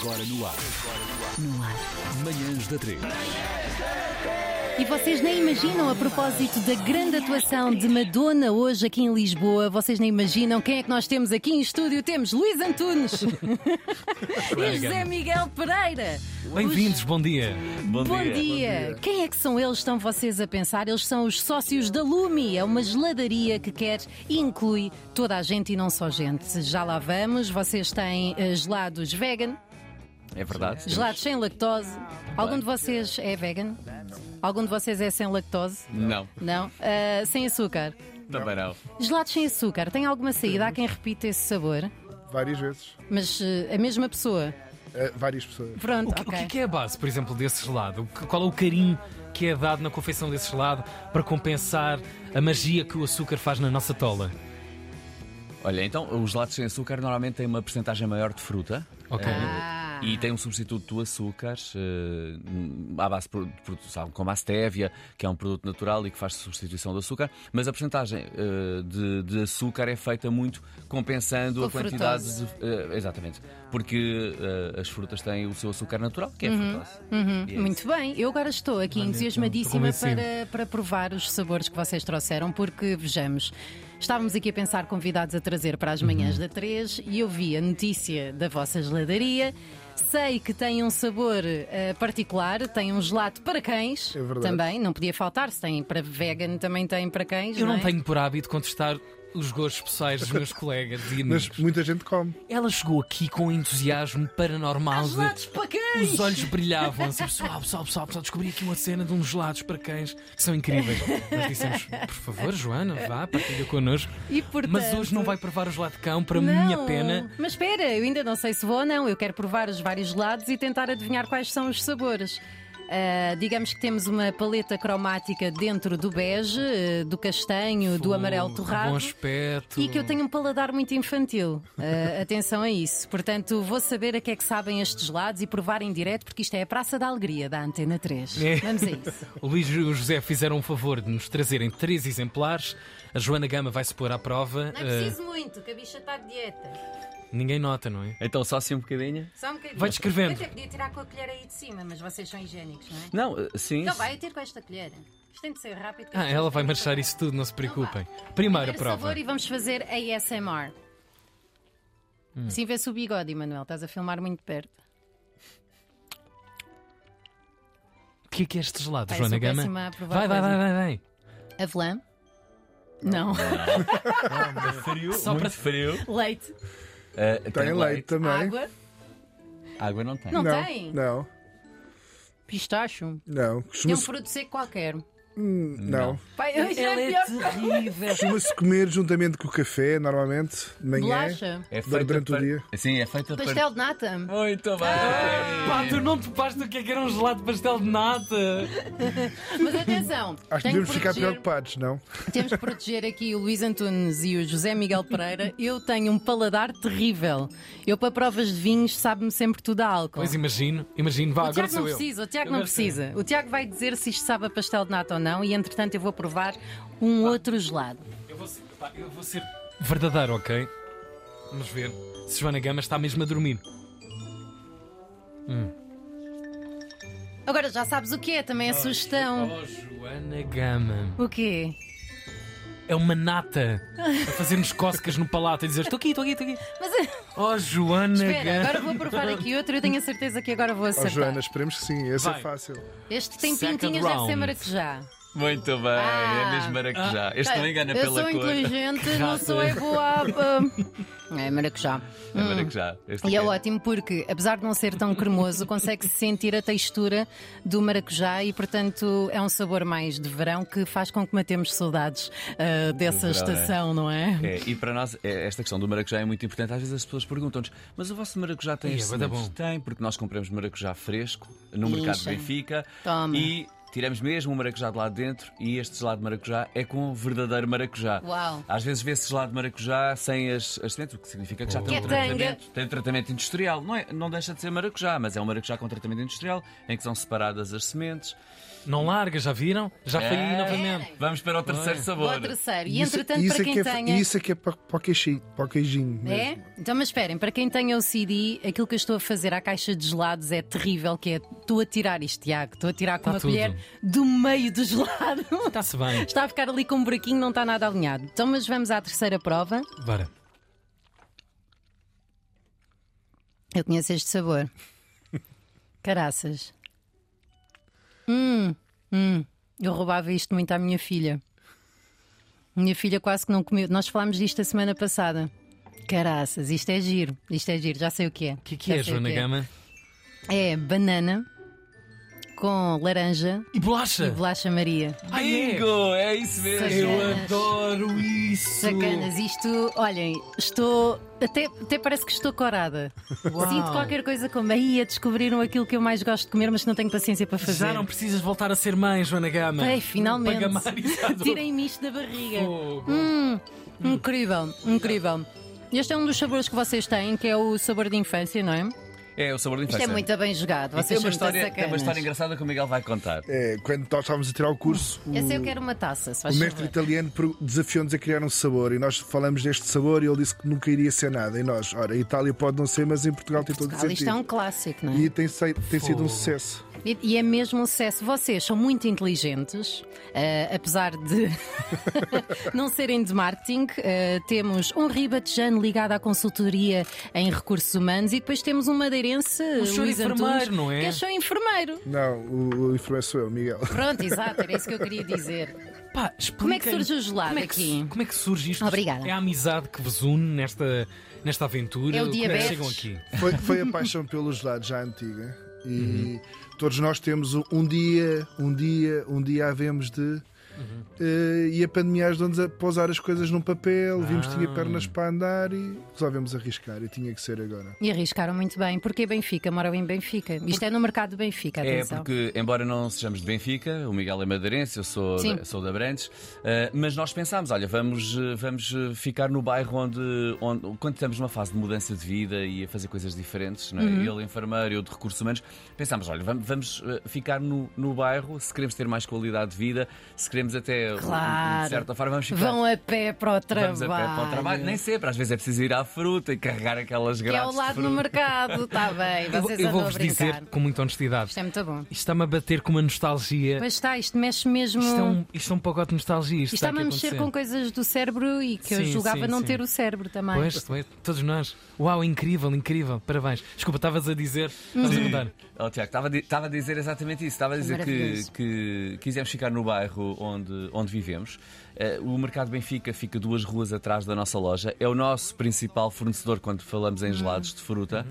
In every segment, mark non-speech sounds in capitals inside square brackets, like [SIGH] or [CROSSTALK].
Agora no ar. No ar. Manhãs da 3. E vocês nem imaginam, a propósito da grande atuação de Madonna hoje aqui em Lisboa, vocês nem imaginam quem é que nós temos aqui em estúdio. Temos Luís [LAUGHS] Antunes e José Miguel Pereira. Bem-vindos, bom dia. Bom, dia. Quem é que são eles? Estão vocês a pensar? Eles são os sócios da Lumi, é uma geladaria que quer e inclui toda a gente e não só gente. Já lá vamos, vocês têm eh, gelados vegan, É verdade. gelados sem lactose. Algum de vocês é vegan? Algum de vocês é sem lactose? Não, Não? Ah, sem açúcar. também não. Gelados sem açúcar, tem alguma saída? Há quem repita esse sabor, Várias vezes. mas eh, a mesma pessoa. Eh, várias pessoas. Pronto, O que, o ok. que é que é a base, por exemplo, desse gelado? O que- Qual é o carinho que é dado na confeição desse gelado para compensar a magia que o açúcar faz na nossa tola? Olha, então os lados sem açúcar normalmente têm uma percentagem maior de fruta. Ok. Ah, E tem um substituto do açúcar eh, à base de pro- de produtos sabe, como a stevia, que é um produto natural e que faz substituição do açúcar, mas a porcentagem eh, de, de açúcar é feita muito compensando Com a quantidade de. eh, exatamente. Porque eh, as frutas têm o seu açúcar natural, que é a frutose. E é isso. muito bem, eu agora estou aqui entusiasmadíssima estou convencido. para, para provar os sabores que vocês trouxeram, porque vejamos, estávamos aqui a pensar convidados a trazer para Uhum. as manhãs da 3 e eu vi a notícia da vossa geladaria. Sei que tem um sabor eh, particular, tem um gelato para cães É verdade. também, não podia faltar, se tem para vegan também tem para cães. Eu não é? tenho por hábito contestar os gostos pessoais dos [LAUGHS] meus colegas e amigos. Mas muita gente come. Ela chegou aqui com um entusiasmo paranormal de- Gelados para cães! Os olhos brilhavam assim, pessoal, pessoal, pessoal, pessoal, descobri aqui uma cena de uns gelados para cães que são incríveis. Nós dissemos, por favor, Joana, vá, partilha connosco. E, portanto- Mas hoje não vai provar o gelado de cão, para Não. minha pena. Mas espera, eu ainda não sei se vou ou não. Eu quero provar os vários lados e tentar adivinhar quais são os sabores. Ah, digamos que temos uma paleta cromática dentro do bege, eh, do castanho, do amarelo Bom torrado. aspecto. E que eu tenho um paladar muito infantil. Ah, [LAUGHS] atenção a isso. Portanto, vou saber a que é que sabem estes lados e provar em direto, porque isto é a Praça da Alegria da Antena 3. É. Vamos a isso. O Luís e o José fizeram um favor de nos trazerem três exemplares. A Joana Gama vai se pôr à prova. é Eh, muito, que a bicha está de dieta. ninguém nota, não é? Então só assim um bocadinho? Só um bocadinho. Vai descrevendo. Eu até podia tirar com a colher aí de cima, mas vocês são higiênicos, não é? Não, eh, sim. Então vai, eu tiro com esta colher. Isto tem de ser rápido. que Ah, isto ela não vai tem marchar tempo. isso tudo, não se preocupem. Então Primeiro Primeira prova. sabor e vamos fazer ASMR. Hum. Sim, vê-se o bigode, Manuel. Estás a filmar muito perto. O que é que é este gelado, Pá, eu Joana sou Gama? péssima a provar Vai, vai, coisa. vai, vai, vai. Avelã? Não. frio, Só muito para- frio. [LAUGHS] Leite? Eh, tem, Tem leite, também. Água? Água não tem. Não, é? Não, tem? não, Pistacho? não. É É um Costuma-se produto seco qualquer. não. Pai, hoje é pior. terrível. Costuma-se comer juntamente com o café, normalmente, de manhã. Bolacha? É Durante o dia. Sim, é feita Pastel de nata? Muito bem! Pá, tu não te paste o que é que era um gelado de pastel de nata. Mas atenção, Acho que tem devemos que ficar proteger- preocupados, não? Temos que proteger aqui o Luís Antunes e o José Miguel Pereira. Eu tenho um paladar terrível. Eu, para provas de vinhos, sabe-me sempre tudo a álcool. Pois imagino, imagino. Vá, o agora Tiago não sou eu. precisa, o Tiago Eu não agora sou eu. precisa. O Tiago vai dizer se isto sabe a pastel de nata ou não e, entretanto, eu vou provar um outro gelado. Eu vou, ser, pá, eu vou ser verdadeiro, ok? Vamos ver se Joana Gama está mesmo a dormir. Agora já sabes o que é, Ah, também é sugestão. Oh, Joana Gama. O quê? É uma nata a [LAUGHS] fazer-nos cócegas no palato e dizer estou aqui, estou aqui, estou aqui. Mas eh, Oh, Joana espera, Gama. agora vou provar aqui outro. Eu tenho a certeza que agora vou Ó acertar. Joana, esperemos que sim. Esse Vai. é fácil. Este tem Second pintinhas, deve ser round. maracujá. Muito bem, Ah. é mesmo maracujá. Este não engana eu pela sou cor. [LAUGHS] É inteligente, não rato. sou é boa. a- É maracujá. maracujá. Este E é aqui ótimo porque, apesar de não ser tão cremoso, consegue-se sentir a textura do maracujá e, portanto, é um sabor mais de verão que faz com que matemos saudades ah, dessa verão, estação, não é? É, e para nós, é, esta questão do maracujá é muito importante. Às vezes as pessoas perguntam-nos, mas o vosso maracujá tem Ih, estes é bué da sementes?" Tem, porque nós compramos maracujá fresco no mercado de Ixi. Benfica Toma. e Tiramos mesmo o maracujá de lá de dentro e este gelado de maracujá é com verdadeiro maracujá. Uau. Às vezes vê-se gelado de maracujá sem as, as sementes, o que significa Oh. que já tem Que um é tanga. tratamento, tem um tratamento industrial. Não, é- não deixa de ser maracujá, mas é um maracujá com tratamento industrial em que são separadas as sementes. Não larga, já viram? Já foi aí É. novamente. Vamos para o terceiro Bem. sabor. Boa é terceiro. E Isso- entretanto, isso para é quem que é, tenha. Isso é que é para, para o queixinho, para o queijinho É? mesmo. Então, mas esperem, para quem tenha o CD, aquilo que eu estou a fazer à caixa de gelados é terrível, que é estou a tirar isto, Tiago, estou a tirar Tá com Está uma tudo. colher do meio do gelado. [LAUGHS] Está-se bem. Está a ficar ali com um buraquinho, não está nada alinhado. Então, mas vamos à terceira prova. Bora. Eu conheço [LAUGHS] este sabor. Caraças. Hum, hum. Eu roubava isto muito à minha filha. Minha filha quase que não comeu. Nós falámos disto a semana passada. Caraças, isto é giro, isto é giro, já sei o que é. O que é que é, Já sei o Joana Gama? É banana com laranja E bolacha! e bolacha Maria. Ah, é? Bingo! É isso mesmo! Sacanas. Eu adoro isso! Sacanas, isto, olhem, estou. Até, até parece que estou corada. Uau. Sinto qualquer coisa como aí a descobriram aquilo que eu mais gosto de comer, mas que não tenho paciência para fazer. Já não precisas voltar a ser mãe, Joana Gama. Ei, finalmente. Hum. Para gamar isso à dor. Tirem-me isto da barriga. Fogo. Incrível, incrível. Este é um dos sabores que vocês têm, que é o sabor de infância, não é? É o sabor de Isto infância. é muito bem jogado. E tem Vocês uma, são muito história, tem uma sacanas. história engraçada que o Miguel vai contar. É, quando nós estávamos a tirar o curso, o, Essa eu quero uma taça, se o faz mestre favor. italiano pro- desafiou-nos a criar um sabor e nós falamos deste sabor e ele disse que nunca iria ser nada. E nós, ora, a Itália pode não ser, mas em Portugal tem todo o Portugal, isto é sentido. um clássico, não é? E tem, sei- tem sido Fogo. um sucesso. E, e é mesmo um sucesso. Vocês são muito inteligentes, eh, apesar de [LAUGHS] não serem de marketing. Eh, temos um ribatejano ligado à consultoria em recursos humanos e depois temos um madeirense, O senhor Luís enfermeiro, Antunes, não é? que é senhor enfermeiro. Não, o, o enfermeiro sou eu, Miguel. [LAUGHS] Pronto, exato, era isso que eu queria dizer. Pá, explica Como é que surge o gelado como é que, aqui? Como é que surge isto? Obrigada. É a amizade que vos une nesta, nesta aventura. É o Como é que diabetes. chegam aqui? Foi, foi a paixão pelo gelado já antiga e todos nós temos um- um dia, um dia, um dia havemos de. eh, e a pandemia ajudou-nos a pousar as coisas num papel, vimos que tinha pernas para andar e resolvemos arriscar e tinha que ser agora. E arriscaram muito bem. Porquê Benfica? Moram em Benfica. Isto é no mercado de Benfica, É atenção. porque, embora não sejamos de Benfica, o Miguel é madeirense, eu sou, Sim. da, sou da Brandes, eh, mas nós pensámos: olha, vamos, eh, vamos eh, ficar no bairro onde, onde, quando estamos numa fase de mudança de vida e a fazer coisas diferentes, não é? Uhum. ele enfermeiro, eu de recursos humanos, pensámos: olha, vamos, vamos, eh, ficar no, no bairro se queremos ter mais qualidade de vida, se queremos até, um, Claro. de certa forma, vamos ficar. Vão a pé para o trabalho. Vamos a pé para o trabalho, nem sempre, às vezes é preciso ir à fruta e carregar aquelas Que é grades. ao de lado no fruta. [LAUGHS] mercado, está bem. Eu vou- Vocês eu andam a vou-vos brincar. dizer com muita honestidade. Isto é muito bom. Isto está-me a bater com uma nostalgia. Pois está, isto mexe mesmo. É. Isto é, Isto um, isto é um pacote de nostalgia. Isto está está-me a aqui mexer acontecer. com coisas do cérebro e que eu Sim, sim, julgava não sim. ter o cérebro também. Pois, pois, todos nós. Uau, incrível, incrível. Parabéns. Desculpa, estavas a dizer. Hum. Estavas a contar. Oh, Tiago, estava a di- estava a dizer exatamente isso. Estava a dizer que, maravilhoso. que quisemos ficar no bairro onde, onde vivemos. Eh, o Mercado Benfica fica duas ruas atrás da nossa loja. É o nosso principal fornecedor quando falamos em gelados de fruta.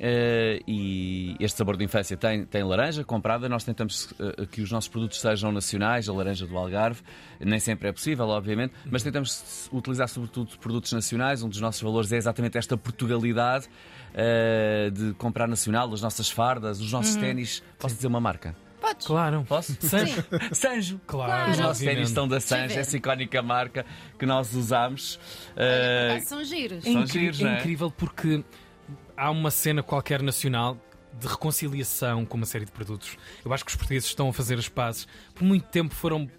Eh, e este sabor de infância tem, tem laranja comprada. Nós tentamos eh, que os nossos produtos sejam nacionais, a laranja do Algarve. Nem sempre é possível, obviamente, mas tentamos utilizar sobretudo produtos nacionais. Um dos nossos valores é exatamente esta Portugalidade eh, de comprar nacional, as nossas fardas, os nossos ténis. Posso dizer uma marca? Podes. Claro. Posso? Sanjo. Sanjo! Claro, Os nossos obviamente. ténis estão da Deixa Sanjo, ver. essa icónica marca que nós usamos. Eh, Ah, São giros. É, São incri- giros, é não é? incrível porque há uma cena qualquer nacional de reconciliação com uma série de produtos. Eu acho que os portugueses estão a fazer as pazes. Por muito tempo foram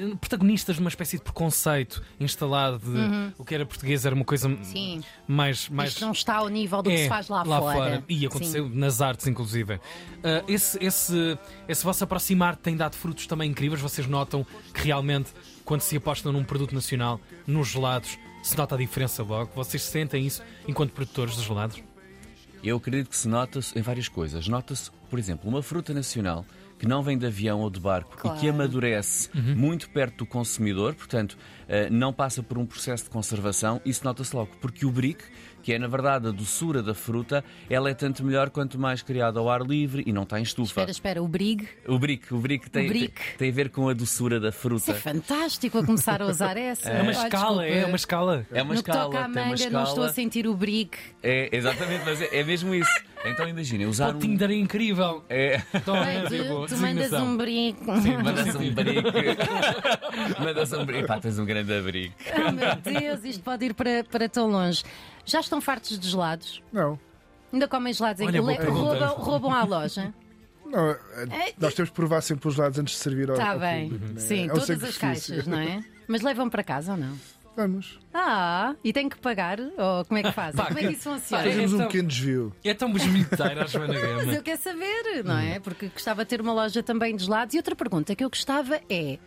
hum, protagonistas de uma espécie de preconceito instalado de o que era português era uma coisa Uhum. Sim. mais mais Isto não está ao nível do que se faz lá, fora. é, E aconteceu nas artes, inclusive. Ah, esse, esse, esse vosso aproximar tem dado frutos também incríveis. Vocês notam que realmente, quando se apostam num produto nacional, nos gelados, se nota a diferença logo. Vocês sentem isso enquanto produtores de gelados? Ah, Eu acredito que se nota-se em várias coisas. Nota-se, por exemplo, uma fruta nacional que não vem de avião ou de barco e que Claro. amadurece muito perto do consumidor, portanto, eh, não passa por um processo de conservação, isso nota-se logo, porque o brique, que é na verdade a doçura da fruta, ela é tanto melhor quanto mais criada ao ar livre e não está em estufa. Espera, espera, o É brigue. O brique, o brique tem, O brique. tem- tem a ver com a doçura da Isso fruta. é fantástico a começar a usar essa. [LAUGHS] É uma Ah, escala, desculpa. é uma escala. É uma no que escala, toca à tem uma manga, não escala. [LAUGHS] estou a sentir o brigue. É, exatamente, mas é, é mesmo isso. Então imaginem, usar O um... Tinder é incrível. É, Então, Bem, é, tipo, tu, tu mandas designação. um brinco. sim, mandas um [LAUGHS] brinco. mandas um brinco. Pá, tens um grande abrigo. [LAUGHS] Oh, meu Deus, isto pode ir para, para tão longe. Já estão fartos de gelados? Não. Ainda comem gelados em Olha, boa colete? pergunta. Roubam, roubam à loja? não, é- nós temos que provar sempre os lados antes de servir ao, Está ao Tá bem. público, né? Sim, É um todas as sacrifício. caixas, não é? Mas levam para casa ou não? Vamos. Ah, e tem que pagar? Ou como é que fazem? como é que isso funciona? pá, Fazemos um Então- pequeno desvio. É tão bisbilheteira a Joana Gama. Mas eu quero saber, Hum. não é? Porque gostava de ter uma loja também de gelados. E outra pergunta que eu gostava é: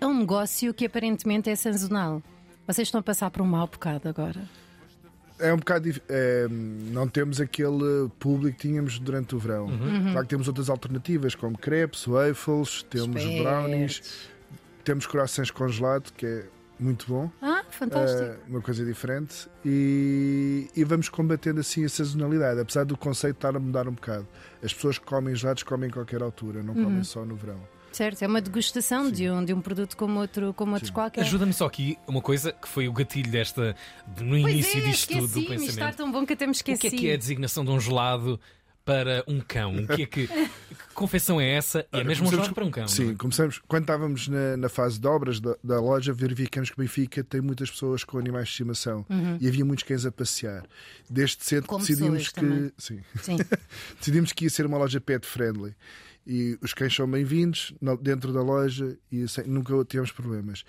é um negócio que aparentemente é sazonal. Vocês estão a passar por um mau bocado agora. É um bocado. dif- é, não temos aquele público que tínhamos durante o verão. Claro que temos outras alternativas, como crepes, waffles, temos Espertos. brownies, temos corações congelado, que é muito bom. Ah, fantástico. eh, uma coisa diferente. E, e vamos combatendo assim a sazonalidade, apesar do conceito estar a mudar um bocado. As pessoas que comem gelados comem em qualquer altura, não comem só no verão. Certo, é uma degustação de um, de um produto como outro, como outros qualquer. Ajuda-me só aqui uma coisa que foi o gatilho desta. de- no Pois início é, disto tudo, do esqueci-me, está pensamento. tão bom que até me O esqueci. que é que é a designação de um gelado para um cão? O que é [LAUGHS] que. que confecção é essa? E é mesmo um Começamos gelado para um cão? Sim, começamos. Quando estávamos na, na fase de obras da, da loja, verificamos que Benfica tem muitas pessoas com animais de estimação e havia muitos cães a passear. Desde cedo Uhum. Como pessoas decidimos que. também. Sim, [LAUGHS] Sim. decidimos que ia ser uma loja pet friendly. E os cães são bem-vindos na- dentro da loja e sem- nunca tivemos problemas.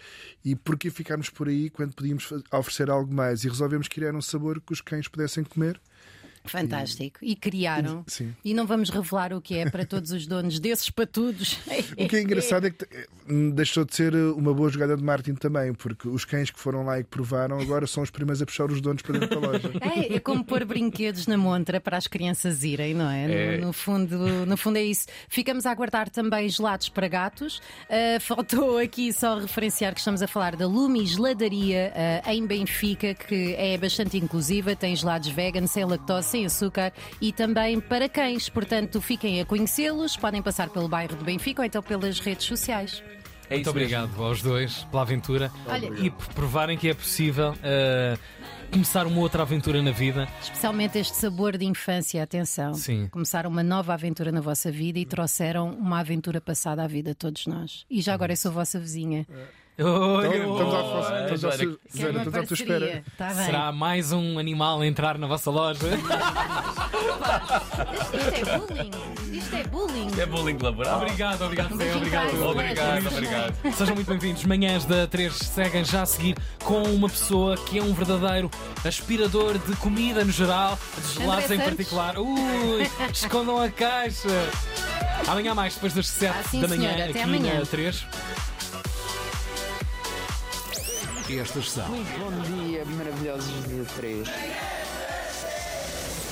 E porquê ficámos por aí quando podíamos fa- oferecer algo mais? E resolvemos criar um sabor que os cães pudessem comer. Fantástico. E criaram. Sim. E não vamos revelar o que é para todos os donos [LAUGHS] desses patudos. O que é engraçado é que eh, deixou de ser eh, uma boa jogada de Martin também, porque os cães que foram lá e que provaram agora são os primeiros a puxar os donos para dentro [LAUGHS] da loja. Então, É, é como pôr brinquedos na montra para as crianças irem, não é? No- É. No, fundo, no fundo é isso. Ficamos a aguardar também gelados para gatos. Ah, faltou aqui só referenciar que estamos a falar da Lumi Geladaria ah, em Benfica, que é bastante inclusiva, tem gelados vegan, sem lactose, sem açúcar e também para cães. Portanto, fiquem a conhecê-los, podem passar pelo bairro de Benfica ou então pelas redes sociais. É Muito isso mesmo. obrigado aos dois pela aventura Olha- e por provarem que é possível eh, começar uma outra aventura na vida. Especialmente este sabor de infância, atenção. Sim. Começaram uma nova aventura na vossa vida e trouxeram uma aventura passada à vida de todos nós. E já agora eu sou vossa vizinha. Olha, Então, estamos à olha. força- estamos à Joana, su- Quero Joana, uma estamos à tua espera. parceria. Está Tá bem. Será mais um animal a entrar na vossa [LAUGHS] loja? Isto é bullying. Isto é bullying. É bullying laboral. obrigado, obrigado, Um Zé, beijinho obrigado. para as Obrigado, Beijos. obrigado. Sejam muito bem-vindos. Manhãs da 3 seguem já a seguir com uma pessoa que é um verdadeiro aspirador de comida no geral, de gelados André em Santos. particular. [LAUGHS] Ui, escondam a caixa. Amanhã mais, depois das 7 Ah, sim, da manhã, senhora. Até aqui amanhã. na 3. Estas são Bom dia, maravilhosos de três.